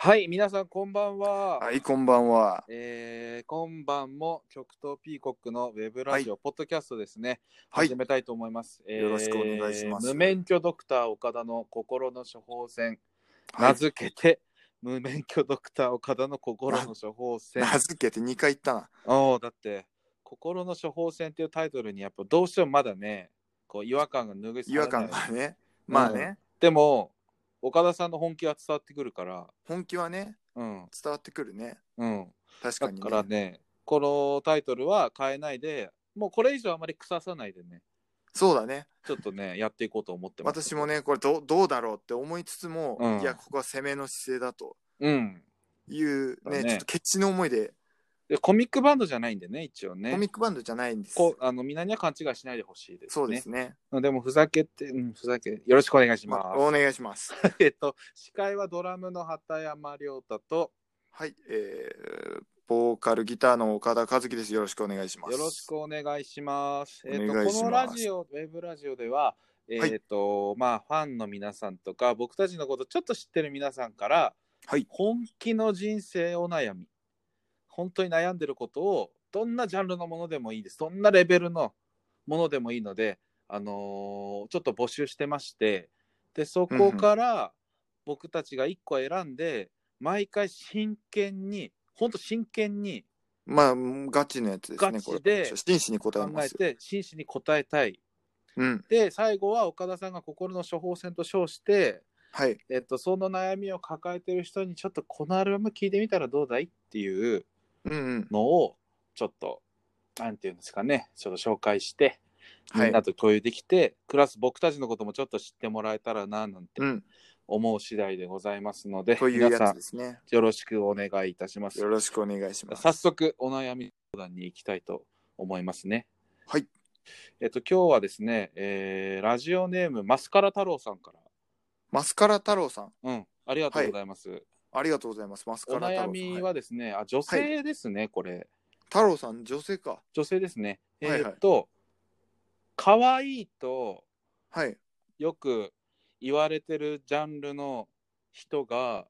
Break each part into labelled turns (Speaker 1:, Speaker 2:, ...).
Speaker 1: はい、皆さんこんばんは。
Speaker 2: はい、こんばんは。
Speaker 1: えー今晩も極東ピーコックのウェブラジオ、ポッドキャストですね、
Speaker 2: はい
Speaker 1: 始、めたいと思います。えー
Speaker 2: よろしくお願いします
Speaker 1: 無免許ドクター岡田の心の処方箋、
Speaker 2: はい
Speaker 1: 名付けて、無免許ドクター岡田の心の処方 箋。
Speaker 2: 名付けて2回言ったな。
Speaker 1: おーだって、心の処方箋っていうタイトルに、やっぱどうしてもまだね、こう違和感が拭い去
Speaker 2: 違
Speaker 1: ら
Speaker 2: 和
Speaker 1: ない
Speaker 2: 感がね。まあね、
Speaker 1: でも、岡田さんの本気は伝わってくるから、
Speaker 2: 本気はね、
Speaker 1: うん、
Speaker 2: 伝わってくるね。
Speaker 1: うん。
Speaker 2: 確か
Speaker 1: だ
Speaker 2: に、ね。
Speaker 1: からね、このタイトルは変えないで、もうこれ以上あまり腐さないでね、
Speaker 2: そうだね。
Speaker 1: ちょっと ね、やっていこうと思ってます。
Speaker 2: 私も。ね、これどうどうだろうって思いつつも、
Speaker 1: うん
Speaker 2: いや、ここは攻めの姿勢だと
Speaker 1: うん。
Speaker 2: いうね、
Speaker 1: だね
Speaker 2: ちょっとケチの思いで、
Speaker 1: で、コミックバンドじゃないんでね、一応ね。
Speaker 2: コミックバンドじゃないんです。
Speaker 1: こうあのみんなには勘違いしないでほしいです、ね。
Speaker 2: そうですね。
Speaker 1: ね。でも、ふざけて、うん、ふざけ、よろしくお願いし
Speaker 2: ま
Speaker 1: ま
Speaker 2: あ、お願いします。
Speaker 1: す。 えっと、司会はドラムの畑山亮太と、
Speaker 2: はい、えー、ボーカルギターの岡田和樹です。よろしくお願いします。
Speaker 1: よろしくお願いします。えっ、
Speaker 2: お願
Speaker 1: と、
Speaker 2: いします
Speaker 1: このラジオ、ウェブラジオでは、えっ、と、まあ、ファンの皆さんとか、僕たちのことちょっと知ってる皆さんから、
Speaker 2: はい
Speaker 1: 本気の人生お悩み、本当に悩んでることを、どんなジャンルのものでもいいです。どんなレベルのものでもいいので、あのーちょっと募集してまして、で、そこから僕たちが1個選んで、毎回真剣に、本当真剣に、
Speaker 2: まあ、ガチのやつですね、
Speaker 1: ガチ
Speaker 2: これ。
Speaker 1: で
Speaker 2: 真摯に答え
Speaker 1: 考
Speaker 2: ま
Speaker 1: え
Speaker 2: すよ。
Speaker 1: て真摯に答えたい
Speaker 2: うん。
Speaker 1: で最後は岡田さんが心の処方箋と称して、
Speaker 2: はい。
Speaker 1: えっと、その悩みを抱えてる人にちょっとこのアルバム聞いてみたらどうだいっていう
Speaker 2: うんうん。
Speaker 1: のをちょっとなんていうんですかねちょっと紹介してみ
Speaker 2: はい
Speaker 1: んな。と共有できて、クラス僕たちのこともちょっと知ってもらえたらななんて
Speaker 2: うん。
Speaker 1: 思う次第でございますので、
Speaker 2: という
Speaker 1: 皆
Speaker 2: や
Speaker 1: さ
Speaker 2: つ
Speaker 1: ん
Speaker 2: ですね。
Speaker 1: よろしくお願いいたします
Speaker 2: よろしくお願いします。
Speaker 1: 早速お悩み相談に行きたいと思いますね。
Speaker 2: はい。
Speaker 1: えっと、今日はですね、えーラジオネーム、マスカラ太郎さんか
Speaker 2: マスカラ太郎さん、
Speaker 1: ら。うん、ありがとうございます。
Speaker 2: ありがとうございます。マスカ
Speaker 1: お
Speaker 2: ラ太郎さ
Speaker 1: 悩
Speaker 2: ん。
Speaker 1: み
Speaker 2: はい
Speaker 1: はですね、あ、女性ですね、これ。
Speaker 2: 太郎さん、女性か。
Speaker 1: 女性ですね。
Speaker 2: はいはい
Speaker 1: えーっと、可愛、い、と
Speaker 2: はい。
Speaker 1: よく言われてるジャンルの人が、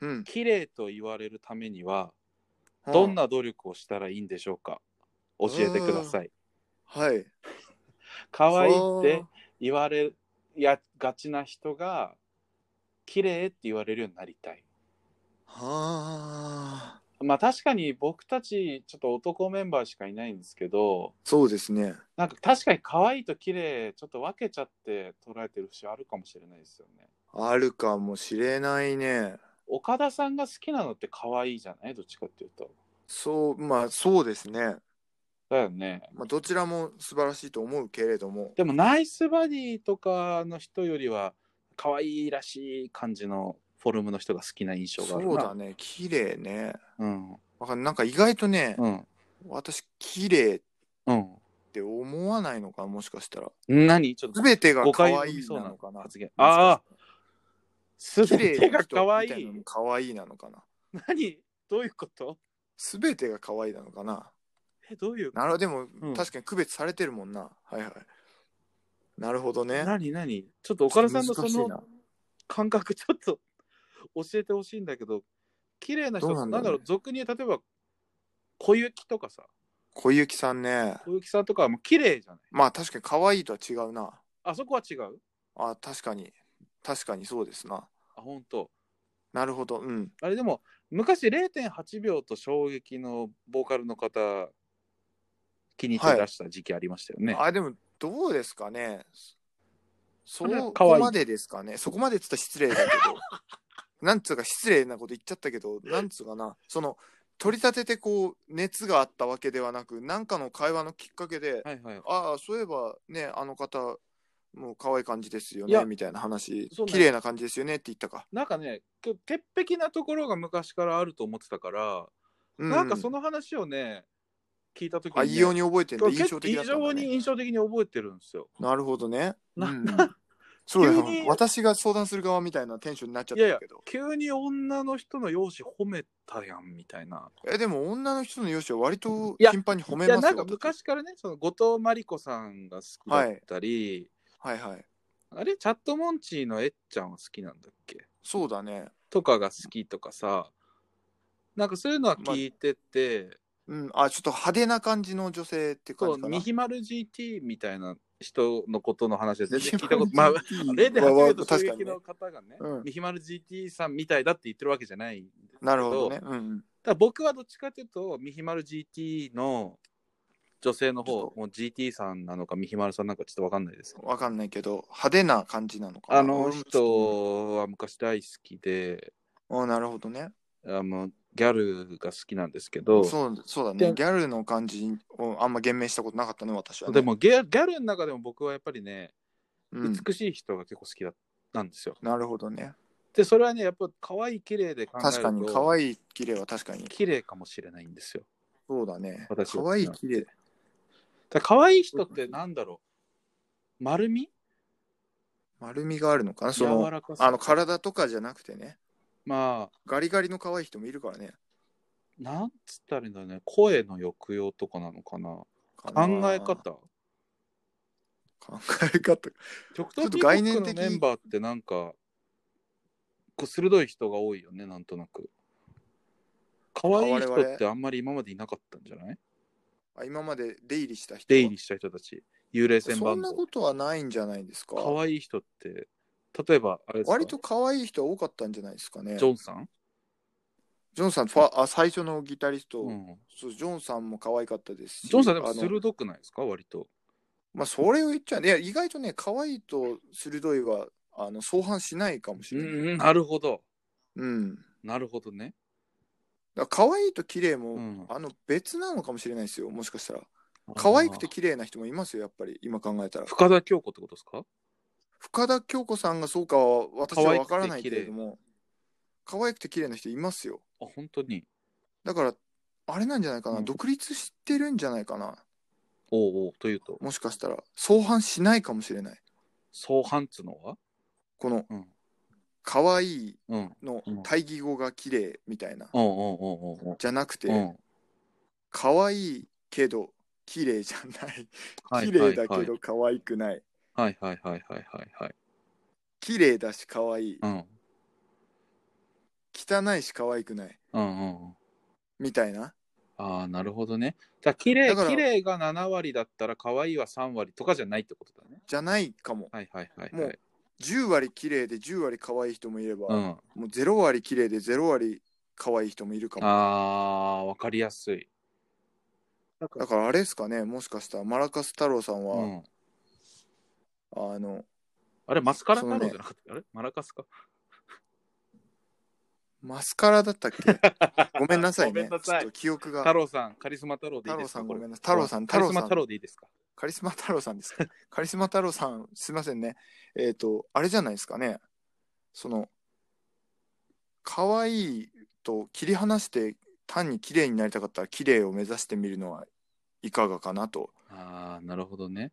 Speaker 2: うん。
Speaker 1: 綺麗と言われるためには、どん
Speaker 2: は
Speaker 1: な努力をしたらいいんでしょうか教えてください。
Speaker 2: あはい。
Speaker 1: 可愛いって
Speaker 2: は
Speaker 1: 言われやがちな人が綺麗って言われるようになりたい
Speaker 2: あ。
Speaker 1: まあ確かに僕たちちょっと男メンバーしかいないんですけど
Speaker 2: そうですね。
Speaker 1: なんか確かに可愛いと綺麗ちょっと分けちゃって捉えてる節あるかもしれないですよね
Speaker 2: あるかもしれないね。
Speaker 1: 岡田さんが好きなのって可愛いじゃないどっちかっていうと
Speaker 2: そう、まあそうですね。
Speaker 1: だよね
Speaker 2: まあどちらも素晴らしいと思うけれども。
Speaker 1: でもナイスバディとかの人よりは可愛いらしい感じのフォルムの人が好きな印象があるな
Speaker 2: そうだね。綺麗ね。
Speaker 1: うん
Speaker 2: わかんなんか意外とね、
Speaker 1: うん
Speaker 2: 私、綺麗っ
Speaker 1: うん
Speaker 2: て思わないのか、もしかしたら。
Speaker 1: 何ちょっと
Speaker 2: すべてが
Speaker 1: 誤
Speaker 2: 可
Speaker 1: 解
Speaker 2: 愛
Speaker 1: を生み
Speaker 2: い
Speaker 1: そう
Speaker 2: な
Speaker 1: な
Speaker 2: のかな。
Speaker 1: 発言。
Speaker 2: もしかしたら
Speaker 1: ああ、す
Speaker 2: 綺
Speaker 1: べ
Speaker 2: 麗
Speaker 1: て
Speaker 2: な
Speaker 1: が
Speaker 2: 人
Speaker 1: 可愛
Speaker 2: みたいなの
Speaker 1: い
Speaker 2: も。可愛いなのかな。
Speaker 1: 何どういうこと
Speaker 2: すべてが可愛いなのかな。
Speaker 1: え、どういう
Speaker 2: なるほど、でも、
Speaker 1: うん
Speaker 2: 確かに区別されてるもんな。はいはい。なるほどね。
Speaker 1: 何何ちょっと岡田さんのそ
Speaker 2: 難しい
Speaker 1: の
Speaker 2: な
Speaker 1: 感覚ちょっと教えてほしいんだけど、綺麗な人、
Speaker 2: どうな
Speaker 1: なん
Speaker 2: んだろ
Speaker 1: だ
Speaker 2: う
Speaker 1: ろう、俗に言う例えば、小雪とかさ、
Speaker 2: 小雪さんね。
Speaker 1: 小雪さんとかはもう綺麗じゃない
Speaker 2: まあ確かに可愛いとは違うな。
Speaker 1: あそこは違う
Speaker 2: あ確かに。確かにそうですな。
Speaker 1: あ、本当。
Speaker 2: なるほど。うん。
Speaker 1: あれでも、昔0.8秒と衝撃のボーカルの方、気に入って出した時期ありましたよね。
Speaker 2: あ、でも、どうですかね。そ
Speaker 1: れ
Speaker 2: そ
Speaker 1: 可愛い
Speaker 2: こまでですかね。そこまでっつったら失礼だけど。 なんつうか失礼なこと言っちゃったけど、なんつうかな。その、取り立ててこう、熱があったわけではなく、なんかの会話のきっかけで、
Speaker 1: はいはい。
Speaker 2: ああ、そういえばね、あの方、もう可愛い感じですよ
Speaker 1: いや
Speaker 2: ね、みたいな話
Speaker 1: そう、ね
Speaker 2: 綺麗な感じですよねって言ったか。
Speaker 1: なんかね、きょ鉄壁なところが昔からあると思ってたから、
Speaker 2: うう
Speaker 1: なんかその話をね、聞いたとき
Speaker 2: あ、
Speaker 1: に、
Speaker 2: 異
Speaker 1: ね、
Speaker 2: 様に覚えてるんだ、
Speaker 1: 結
Speaker 2: 印
Speaker 1: 構
Speaker 2: 象的だったんだ、
Speaker 1: 非常に
Speaker 2: ね。
Speaker 1: 印象的に覚えてるんですよ。
Speaker 2: なるほどね。
Speaker 1: な
Speaker 2: うん、そうだよ
Speaker 1: 急に。
Speaker 2: 私が相談する側みたいなテンションになっちゃっ
Speaker 1: いやい
Speaker 2: た
Speaker 1: や
Speaker 2: けど。、
Speaker 1: 急に女の人の容姿褒めたやんみたいな。
Speaker 2: え、でも女の人の容姿は割と
Speaker 1: いや
Speaker 2: 頻繁に褒め
Speaker 1: いや、
Speaker 2: ますよ。
Speaker 1: なんか
Speaker 2: 私
Speaker 1: 昔からね、その後藤真理子さんが好きだったり、
Speaker 2: はいはい。
Speaker 1: あれ、チャットモンチーのえっちゃんは好きなんだっけ
Speaker 2: そうだね。
Speaker 1: とかが好きとかさなんかそういうのは聞いてて、
Speaker 2: うん。あ、ちょっと派手な感じの女性って感
Speaker 1: そう
Speaker 2: じかな。
Speaker 1: ミヒマル GT みたいな人のことの話は全然聞いたこと、
Speaker 2: ま
Speaker 1: ま
Speaker 2: あ
Speaker 1: あ、、0.8
Speaker 2: まあ
Speaker 1: 度衝
Speaker 2: 確かにね
Speaker 1: 撃の。方がね、
Speaker 2: うん
Speaker 1: ミヒマル GT さんみたいだって言ってるわけじゃないんですけど
Speaker 2: なるほどね。うんうん。
Speaker 1: ただ僕はどっちかというと、ミヒマル GT の女性の
Speaker 2: ちょ
Speaker 1: 方
Speaker 2: っ、
Speaker 1: もう GT さんなのか、ミヒマルさんなんかちょっとわかんないですけど。
Speaker 2: わかんないけど、派手な感じなのかな。
Speaker 1: あの
Speaker 2: 俺もちょっ
Speaker 1: 人は昔大好きで、
Speaker 2: と。あ、なるほどね。
Speaker 1: あのギャルが好きなんですけど、
Speaker 2: そう、そうだ
Speaker 1: で
Speaker 2: ね。ギャルの感じをあんま言明したことなかったね、私はね。
Speaker 1: でもギャギャルの中でも僕はやっぱりね、
Speaker 2: うん、
Speaker 1: 美しい人が結構好きだなんですよ。
Speaker 2: なるほどね。
Speaker 1: で、それはね、やっぱ可愛い綺麗で考えると
Speaker 2: 確かに、可愛い綺麗は確かに。
Speaker 1: 綺麗かもしれないんですよ。
Speaker 2: そうだね。
Speaker 1: 私は
Speaker 2: 可愛い綺麗。
Speaker 1: だから可愛い人ってなんだろう丸み
Speaker 2: 丸みがあるのかなそ
Speaker 1: 柔
Speaker 2: の、
Speaker 1: らかさ
Speaker 2: あの、体とかじゃなくてね。
Speaker 1: まあ、
Speaker 2: ガリガリの可愛い人もいるからね。
Speaker 1: なんつったらいいんだろうね、声の抑揚とかなのかな
Speaker 2: 考
Speaker 1: 考え。方
Speaker 2: 考え方。
Speaker 1: 極
Speaker 2: ょっ
Speaker 1: 東
Speaker 2: と
Speaker 1: ピーコ
Speaker 2: 概
Speaker 1: ック
Speaker 2: 念
Speaker 1: の
Speaker 2: 的
Speaker 1: メンバーってなんか、こう鋭い人が多いよね、なんとなく。可愛い人ってあんまり今までいなかったんじゃない
Speaker 2: あ今まで出入りした人は。
Speaker 1: 出入りした人たち、幽霊船
Speaker 2: そ
Speaker 1: バン
Speaker 2: んな
Speaker 1: ド
Speaker 2: こ。とはないんじゃないですか。
Speaker 1: 可愛い人って、例えば、あれですか
Speaker 2: 割と可愛い人は多かったんじゃないですかね。
Speaker 1: ジ
Speaker 2: ジ
Speaker 1: ョ
Speaker 2: ョ
Speaker 1: ンさん、
Speaker 2: ンさん、ファあ最初のギタリスト、
Speaker 1: うん、
Speaker 2: そうジョンさんも可愛かったですし。
Speaker 1: ジョンさんでも
Speaker 2: あの
Speaker 1: 鋭くないですか割と。
Speaker 2: まあ、それを言っちゃう。いや、意外とね、可愛いと鋭いは、あの、相反しないかもし
Speaker 1: う
Speaker 2: れない。
Speaker 1: ん、なるほど。
Speaker 2: うん。
Speaker 1: なるほどね。
Speaker 2: だから可愛いと綺麗も、
Speaker 1: うん
Speaker 2: あの、別なのかもしれないですよ。もしかしたら。可愛くて綺麗な人もいますよ、やっぱり。今考えたら。
Speaker 1: 深田恭子ってことですか
Speaker 2: 深田恭子さんがそうかは、私
Speaker 1: 可
Speaker 2: は
Speaker 1: 愛くて
Speaker 2: わからないけれども、可愛くて綺麗な人いますよ。
Speaker 1: あ本当に
Speaker 2: だから、あれなんじゃないかな、
Speaker 1: うん
Speaker 2: 独立してるんじゃないかな
Speaker 1: おうおうというと
Speaker 2: もしかしたら、相反しないかもしれない。
Speaker 1: 相反っつうのは
Speaker 2: この
Speaker 1: うん、
Speaker 2: 可愛い
Speaker 1: うん
Speaker 2: の
Speaker 1: うん
Speaker 2: 対義語が綺麗みたいな、
Speaker 1: おうんうんうんうんうん
Speaker 2: じゃなくて、
Speaker 1: うん
Speaker 2: 可愛いけど、綺麗じゃない。
Speaker 1: はい
Speaker 2: 綺麗だけ
Speaker 1: はい
Speaker 2: ど、可愛くない。
Speaker 1: はいはいはいはいはいはい
Speaker 2: 綺麗だし、可愛い。
Speaker 1: うん
Speaker 2: 汚いし、可愛くない。
Speaker 1: うんうんうん
Speaker 2: みたいな。
Speaker 1: ああなるほどねだから綺麗
Speaker 2: だから
Speaker 1: 綺麗が7割だったら可愛いは3割とかじゃないってことだね
Speaker 2: じゃないかも。
Speaker 1: はいはいはい
Speaker 2: も
Speaker 1: は
Speaker 2: う
Speaker 1: い
Speaker 2: 10割綺麗で10割可愛い人もいれば、
Speaker 1: うん
Speaker 2: もう0割綺麗で0割可愛い人もいるかも。
Speaker 1: あーわかりやすいだ
Speaker 2: だからあれですかね、もしかしたらマラカス太郎さん
Speaker 1: う
Speaker 2: は、
Speaker 1: ん、
Speaker 2: あの、
Speaker 1: あれマスカラ
Speaker 2: そ
Speaker 1: 太
Speaker 2: の
Speaker 1: 郎
Speaker 2: ね
Speaker 1: じゃなかった、あれマラカスか
Speaker 2: マスカラだったっ けごめんなさい
Speaker 1: ご
Speaker 2: ね。
Speaker 1: めんなさい
Speaker 2: ちょっと記憶
Speaker 1: 太
Speaker 2: が。
Speaker 1: 郎さんカリスマ太郎でいいですか
Speaker 2: 太郎さん
Speaker 1: これ
Speaker 2: ごめんなさい太郎さん太郎さん
Speaker 1: カリスマ太郎でいいですか
Speaker 2: カリスマ太郎さんですか。カリスマ太郎さん、すいませんね。えっ、と、あれじゃないですかね。その、可愛いと切り離して、単に綺麗になりたかったら綺麗を目指してみるのはいかがかなと。
Speaker 1: ああ、なるほどね。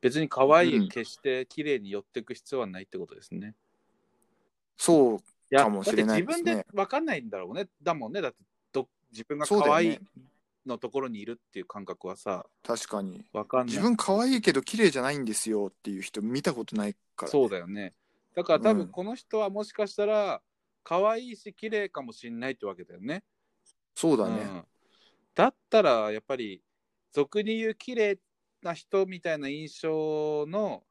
Speaker 1: 別に可愛
Speaker 2: うん
Speaker 1: い、決して綺麗に寄っていく必要はないってことですね。
Speaker 2: そう、
Speaker 1: いや、
Speaker 2: かもしれない
Speaker 1: だ
Speaker 2: で
Speaker 1: っ
Speaker 2: すね
Speaker 1: て自分で分かんないんだろうね。だもんね。だってど、自分が
Speaker 2: そうだ
Speaker 1: 可
Speaker 2: よ
Speaker 1: 愛
Speaker 2: ね
Speaker 1: いのところにいるっていう感覚はさ、
Speaker 2: 確かに。
Speaker 1: 分かんない。
Speaker 2: 自分可愛いけど綺麗じゃないんですよっていう人見たことないから。
Speaker 1: そうだよね。だから多
Speaker 2: う
Speaker 1: 分
Speaker 2: ん
Speaker 1: この人はもしかしたら、可愛いし綺麗かもしんないってわけだよね。
Speaker 2: そうだ
Speaker 1: う
Speaker 2: ね。
Speaker 1: んだったら、やっぱり、俗に言う綺麗な人みたいな印象の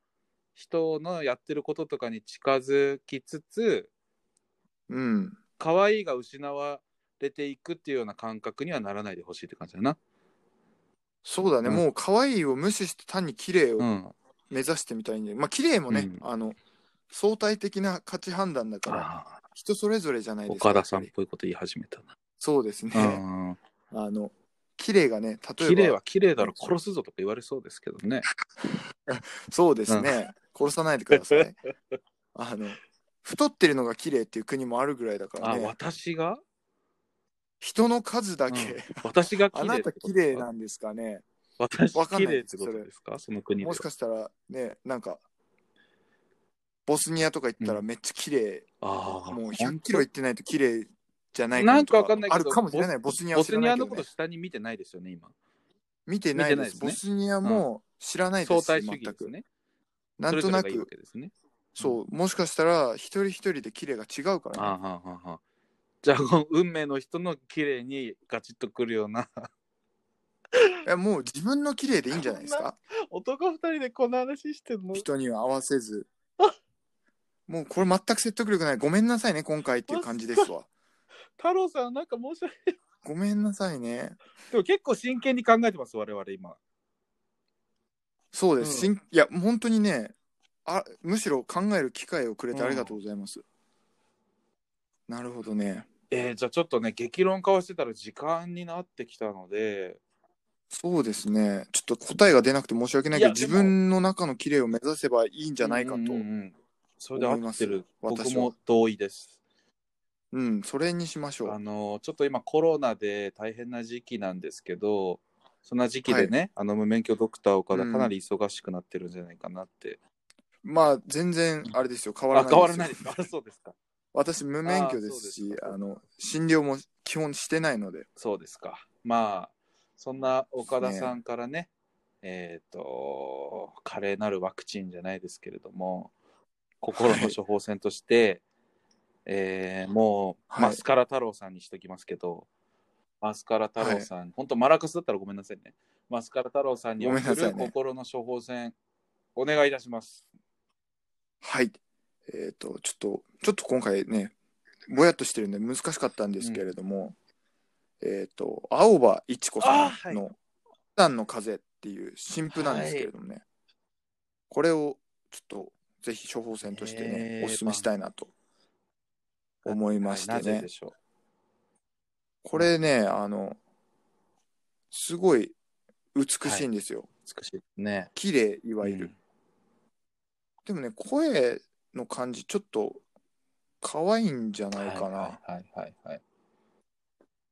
Speaker 1: 人のやってることとかに近づきつつ、
Speaker 2: うん。
Speaker 1: 可愛いが失われていくっていうような感覚にはならないでほしいって感じだな。
Speaker 2: そうだね、
Speaker 1: うん
Speaker 2: もう可愛いを無視して単に綺麗
Speaker 1: う
Speaker 2: を
Speaker 1: ん。
Speaker 2: 目指してみたいんで、まあ綺麗もね、
Speaker 1: うん
Speaker 2: あの相対的な価値判断だから
Speaker 1: あ
Speaker 2: 人それぞれじゃな
Speaker 1: ー
Speaker 2: いですか。
Speaker 1: 岡田さんっ
Speaker 2: やっぱり
Speaker 1: ぽいこと言い始めたな。
Speaker 2: そうですね。
Speaker 1: うん
Speaker 2: あの綺麗がね、例
Speaker 1: 綺
Speaker 2: え
Speaker 1: 麗
Speaker 2: ば
Speaker 1: は綺麗だろ、殺すぞとか言われそうですけどね。
Speaker 2: そうですね、殺さないでください。 あの太ってるのが綺麗っていう国もあるぐらいだか
Speaker 1: あ、
Speaker 2: らね。
Speaker 1: 私が
Speaker 2: 人の数だけ、
Speaker 1: うん私が綺
Speaker 2: あ
Speaker 1: 麗っ
Speaker 2: な
Speaker 1: て
Speaker 2: た
Speaker 1: こと
Speaker 2: 綺
Speaker 1: です
Speaker 2: 麗
Speaker 1: か
Speaker 2: なんですかね。
Speaker 1: 私
Speaker 2: わかん
Speaker 1: 綺
Speaker 2: ない
Speaker 1: 麗っ
Speaker 2: です
Speaker 1: てことですかその国では。
Speaker 2: もしかしたらね、なんかボスニアとか行ったら
Speaker 1: う
Speaker 2: めっちゃ綺麗、
Speaker 1: ああ、
Speaker 2: もう100キロ行ってないと綺麗じゃない
Speaker 1: なん
Speaker 2: と
Speaker 1: かわかんないけど
Speaker 2: あるかもしれない。ボスニアは
Speaker 1: ボ
Speaker 2: 知らな
Speaker 1: スニ
Speaker 2: い
Speaker 1: ア
Speaker 2: けど、
Speaker 1: の
Speaker 2: ね、
Speaker 1: こと下に見てないですよね、今。
Speaker 2: 見てないです
Speaker 1: 見てないですね
Speaker 2: ボスニアも知らないで
Speaker 1: 相
Speaker 2: す、
Speaker 1: 対主
Speaker 2: 全
Speaker 1: 義です
Speaker 2: く。
Speaker 1: ね。
Speaker 2: なんとな
Speaker 1: それぞれがいいわ
Speaker 2: く、
Speaker 1: けですね。
Speaker 2: そう、もしかしたら一人一人でキレが違うからね、
Speaker 1: あはんはんはんじゃあ、この運命の人の綺麗にガチッとくるような。
Speaker 2: えもう自分の綺麗でいいんじゃないですか
Speaker 1: 男二人でこの話してんの
Speaker 2: 人には合わせずもうこれ全く説得力ないごめんなさいね今回っていう感じですわ
Speaker 1: 太郎さん、なんか申し訳ない。
Speaker 2: ごめんなさいね
Speaker 1: でも結構真剣に考えてます、我々今。
Speaker 2: そうです、
Speaker 1: う
Speaker 2: しんいや本当にねあむしろ考える機会をくれてありがとうございます、なるほどね
Speaker 1: えー、じゃあちょっとね、激論交わしてたら時間になってきたので、
Speaker 2: そうですねちょっと答えが出なくて申し訳ないけど
Speaker 1: いやで
Speaker 2: 自
Speaker 1: も
Speaker 2: 分の中の綺麗を目指せばいいんじゃないかと
Speaker 1: うんうんうんそれで合ってる。
Speaker 2: 思います私
Speaker 1: 僕
Speaker 2: は
Speaker 1: も同意です。
Speaker 2: うん、それにしましょ
Speaker 1: あ
Speaker 2: う。
Speaker 1: のちょっと今コロナで大変な時期なんですけどそんな時期でね、あの無免許ドクター岡田
Speaker 2: うん
Speaker 1: かなり忙しくなってるんじゃないかなって、
Speaker 2: まあ、全然、あれですよ、変わら
Speaker 1: あ
Speaker 2: ないです
Speaker 1: 変
Speaker 2: よ。
Speaker 1: わらないですか そうですか
Speaker 2: 私、無免許です
Speaker 1: あーそう
Speaker 2: し
Speaker 1: です、か
Speaker 2: あの、診療も基本してないので、
Speaker 1: そうですかまあそんな岡田さんからねえっ、と華麗なるワクチンじゃないですけれども心の処方箋として、えーもう、
Speaker 2: はい
Speaker 1: マスカラ太郎さんにしときますけどマスカラ太郎さん、本当マラカスだったらごめんなさいねマスカラ太郎さんに
Speaker 2: ごめんな
Speaker 1: 送
Speaker 2: さ
Speaker 1: る
Speaker 2: いね
Speaker 1: 心の処方箋、お願いいたします
Speaker 2: はい。えっ、と、ちょっと、ちょっと今回ね、ぼやっとしてるんで難しかったんですけれども、えっ、と、青葉一子
Speaker 1: あー
Speaker 2: さ
Speaker 1: は
Speaker 2: ん
Speaker 1: い
Speaker 2: の、普段の風っていう新譜なんですけれどもね、これをちょっと、ぜひ処方箋としてね、
Speaker 1: えー
Speaker 2: おすすめしたいなと思いまして
Speaker 1: はいなぜ
Speaker 2: ね
Speaker 1: で。しょ
Speaker 2: これね、あの、すごい美しいんですよ。
Speaker 1: う美しいですね
Speaker 2: 綺麗いわゆる。
Speaker 1: うん
Speaker 2: でもね、声の感じ、ちょっと可愛いんじゃないかなっ
Speaker 1: はいはいはいはい、はい、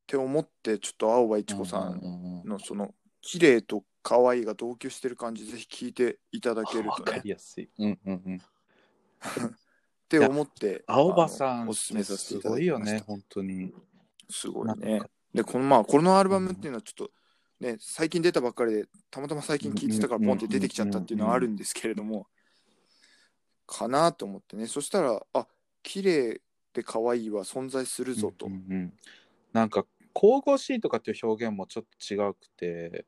Speaker 2: て思って、ちょっと青葉一子さん
Speaker 1: ううう
Speaker 2: のその、綺麗と可愛いが同居してる感じ、ぜひ聞いていただける
Speaker 1: わ
Speaker 2: と
Speaker 1: か
Speaker 2: ね、
Speaker 1: りやすい。うんうんうん。
Speaker 2: って思って、
Speaker 1: 青葉さ
Speaker 2: あ
Speaker 1: ん、
Speaker 2: のおすすめさせていただ
Speaker 1: すごい
Speaker 2: き
Speaker 1: よ
Speaker 2: ました
Speaker 1: ね、。本当に。
Speaker 2: すごい
Speaker 1: な
Speaker 2: ね
Speaker 1: んか。
Speaker 2: で、このまあ、このアルバムっていうのはちょっと、ね、最近出たばっかりで、たまたま最近聴いてたからポンって出てきちゃったっていうのはあるんですけれども、かなと思ってね、そしたら、あ綺麗で可愛いは存在するぞと
Speaker 1: うん。うんうんなんか、神々しいとかっていう表現もちょっと違うくて、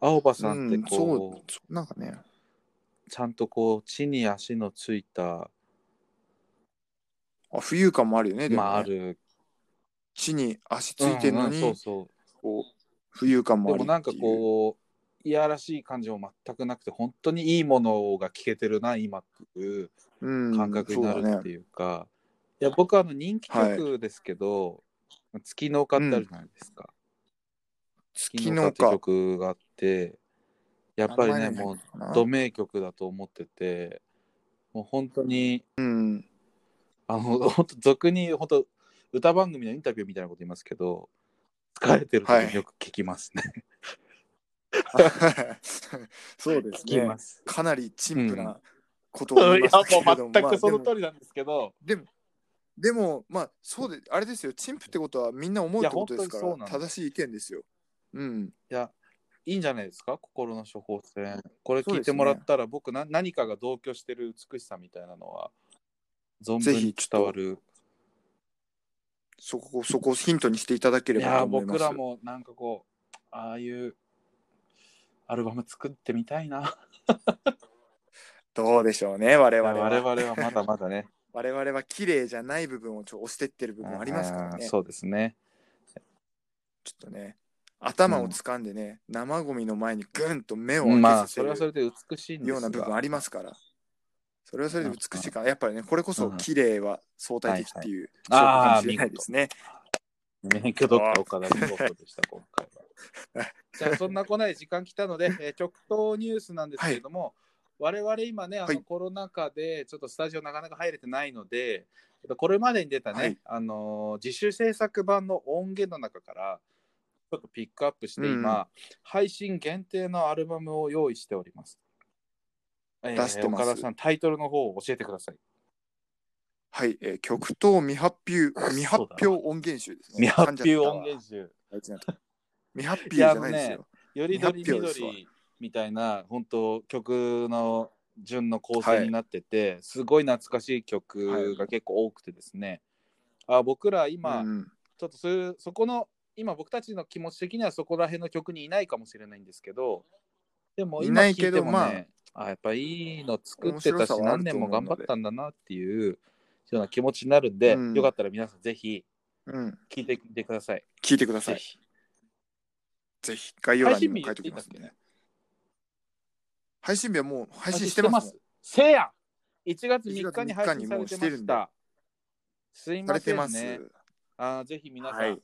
Speaker 1: 青葉さんってこう、
Speaker 2: うんそう、なんかね、
Speaker 1: ちゃんとこう、地に足のついた、
Speaker 2: あ浮遊感もあるよね、でもね
Speaker 1: まあある。
Speaker 2: 地に足ついてるのに、
Speaker 1: うんうんそう
Speaker 2: こう浮遊感
Speaker 1: そう。
Speaker 2: もある
Speaker 1: でも
Speaker 2: っていう
Speaker 1: なんかこう、いやらしい感じも全くなくて、本当にいいものが聞けてるな、今っていう。
Speaker 2: うん
Speaker 1: 感覚にな
Speaker 2: そうだ
Speaker 1: るっ
Speaker 2: ね
Speaker 1: ていうか、いや僕はあの人気曲ですけど、月の丘ってあるじゃないですか、
Speaker 2: 月
Speaker 1: の
Speaker 2: の
Speaker 1: 丘って
Speaker 2: 丘。
Speaker 1: 曲があってやっぱり
Speaker 2: 名
Speaker 1: ね
Speaker 2: 前ない
Speaker 1: もう
Speaker 2: かな
Speaker 1: ド名曲だと思っててもう本当に
Speaker 2: うん。
Speaker 1: あの本当俗に本当歌番組のインタビューみたいなこと言いますけど疲れてる時によく聞きますね、
Speaker 2: そうです
Speaker 1: 聞き
Speaker 2: ね
Speaker 1: ま。す、
Speaker 2: かなり陳腐なこと
Speaker 1: い
Speaker 2: を言
Speaker 1: や
Speaker 2: いましたけれど
Speaker 1: も
Speaker 2: も
Speaker 1: う全くその
Speaker 2: まあ
Speaker 1: 通りなんですけど、
Speaker 2: でもでもでもまあそうであれですよ陳腐ってことはみんな思うってことですか
Speaker 1: いや
Speaker 2: ら
Speaker 1: 本当にそうなん
Speaker 2: 正しい意見ですようん
Speaker 1: いや、いいんじゃないですか、心の処方箋。これ
Speaker 2: そう
Speaker 1: 聞い
Speaker 2: です
Speaker 1: て
Speaker 2: ね
Speaker 1: もらったら、僕な、何かが同居してる美しさみたいなのは、存分
Speaker 2: ぜ
Speaker 1: に
Speaker 2: ひちょっと
Speaker 1: 伝わる。
Speaker 2: そこそこをヒントにしていただけ
Speaker 1: い
Speaker 2: れば
Speaker 1: や
Speaker 2: と
Speaker 1: ー、
Speaker 2: 思います
Speaker 1: 僕らもなんかこう、ああいうアルバム作ってみたいな。
Speaker 2: どうでしょうね我々は
Speaker 1: 我々はまだま だね。
Speaker 2: 我々は綺麗じゃない部分をちょっと押してってる部分もありますから
Speaker 1: あー
Speaker 2: ねちょ
Speaker 1: そうですね。
Speaker 2: っとね頭を掴んでね、生ゴミの前にぐんと目を
Speaker 1: ま
Speaker 2: 開
Speaker 1: あ、
Speaker 2: けさせ
Speaker 1: そ
Speaker 2: る
Speaker 1: れはそれで美しいんですが
Speaker 2: ような部分ありますからそれはそれで美しいからやっぱりねこれこそ
Speaker 1: うん
Speaker 2: 綺麗は相対的っていう証拠
Speaker 1: はいはい
Speaker 2: かもしれないですね、
Speaker 1: 免許どっか岡田リポートでした、今回 は。じゃあ、そんなこんないで時間来たので、えー極東ニュースなんですけれども、我々今ね、あ
Speaker 2: は
Speaker 1: の
Speaker 2: い
Speaker 1: コロナ禍で、ちょっとスタジオなかなか入れてないので、えっとこれまでに出たね、
Speaker 2: はい
Speaker 1: あのー自主制作版の音源の中から、ちょっとピックアップして、今、配信限定のアルバムを用意しております。え
Speaker 2: 出してます
Speaker 1: 岡田さん、タイトルの方を教えてください。
Speaker 2: はい、えー極東未発表、未発表音源集ですね。
Speaker 1: 未発表音源集。
Speaker 2: 噛んじゃったわ。未発表じゃないです
Speaker 1: いやあの
Speaker 2: よ。
Speaker 1: よりどりみど
Speaker 2: 未発表
Speaker 1: りみたいな本当曲の順の構成になってて、すごい懐かしい曲が結構多くてですね、あ僕ら今、
Speaker 2: うん
Speaker 1: ちょっとそういうそこの今僕たちの気持ち的にはそこら辺の曲にいないかもしれないんですけどでも
Speaker 2: い
Speaker 1: 今
Speaker 2: な
Speaker 1: 聞
Speaker 2: い
Speaker 1: いて
Speaker 2: け
Speaker 1: も、
Speaker 2: ど
Speaker 1: ね、あやっぱいいの作って
Speaker 2: 面白
Speaker 1: た
Speaker 2: さ
Speaker 1: し
Speaker 2: はあ
Speaker 1: 何
Speaker 2: ると
Speaker 1: 年
Speaker 2: 思う
Speaker 1: も
Speaker 2: ので
Speaker 1: 頑張ったんだなっていうような気持ちになるんで、
Speaker 2: うん
Speaker 1: よかったら皆さんぜひ
Speaker 2: うん、
Speaker 1: 聞いてみてください。
Speaker 2: 聞いてくださ
Speaker 1: ぜ
Speaker 2: い。
Speaker 1: ひ
Speaker 2: ぜひ概要欄にも書いておきますんでね。配信日はもう配信してますもん。
Speaker 1: せや1月3日に配信
Speaker 2: 1月3日
Speaker 1: されてま
Speaker 2: にもうしてる
Speaker 1: し
Speaker 2: んで
Speaker 1: た。すい
Speaker 2: さ
Speaker 1: ま
Speaker 2: れ
Speaker 1: せ
Speaker 2: て
Speaker 1: ん
Speaker 2: ます。
Speaker 1: ね。あーぜひ皆さ
Speaker 2: はい
Speaker 1: ん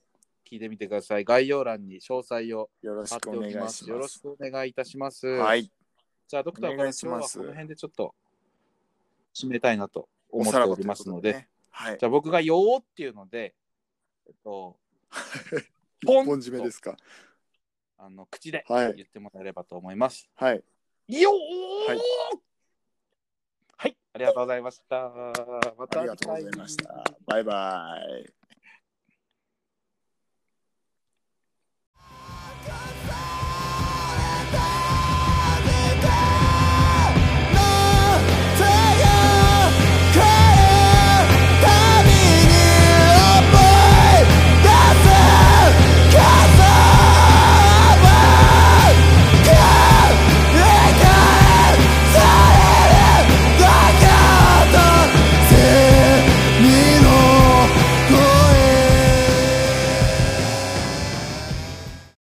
Speaker 1: 聞いてみてください。概要欄に詳細を
Speaker 2: よろ
Speaker 1: 貼
Speaker 2: し
Speaker 1: っ
Speaker 2: く
Speaker 1: てお
Speaker 2: お願い
Speaker 1: き
Speaker 2: しま。
Speaker 1: ますす。よろしくお願いいたします。
Speaker 2: はい。
Speaker 1: じゃあ、ドクター
Speaker 2: お
Speaker 1: から
Speaker 2: 願
Speaker 1: 今
Speaker 2: いし
Speaker 1: 日は
Speaker 2: ます
Speaker 1: この辺でちょっと締めたいなと
Speaker 2: お
Speaker 1: 思
Speaker 2: さ
Speaker 1: って
Speaker 2: ら
Speaker 1: お
Speaker 2: ばと
Speaker 1: り
Speaker 2: いうこ
Speaker 1: ます
Speaker 2: と
Speaker 1: の
Speaker 2: で
Speaker 1: で、
Speaker 2: ね。はい。
Speaker 1: じゃあ僕が「よー」っていうので、えっ と、ポン
Speaker 2: 一本締めですか。
Speaker 1: あの口で
Speaker 2: はい
Speaker 1: 言ってもらえればと思います。
Speaker 2: はい。
Speaker 1: よー
Speaker 2: はい
Speaker 1: はい、ありがとうございました。ま
Speaker 2: あ
Speaker 1: た
Speaker 2: りが
Speaker 1: 次
Speaker 2: とうご
Speaker 1: 回
Speaker 2: ざいました。バイバイ。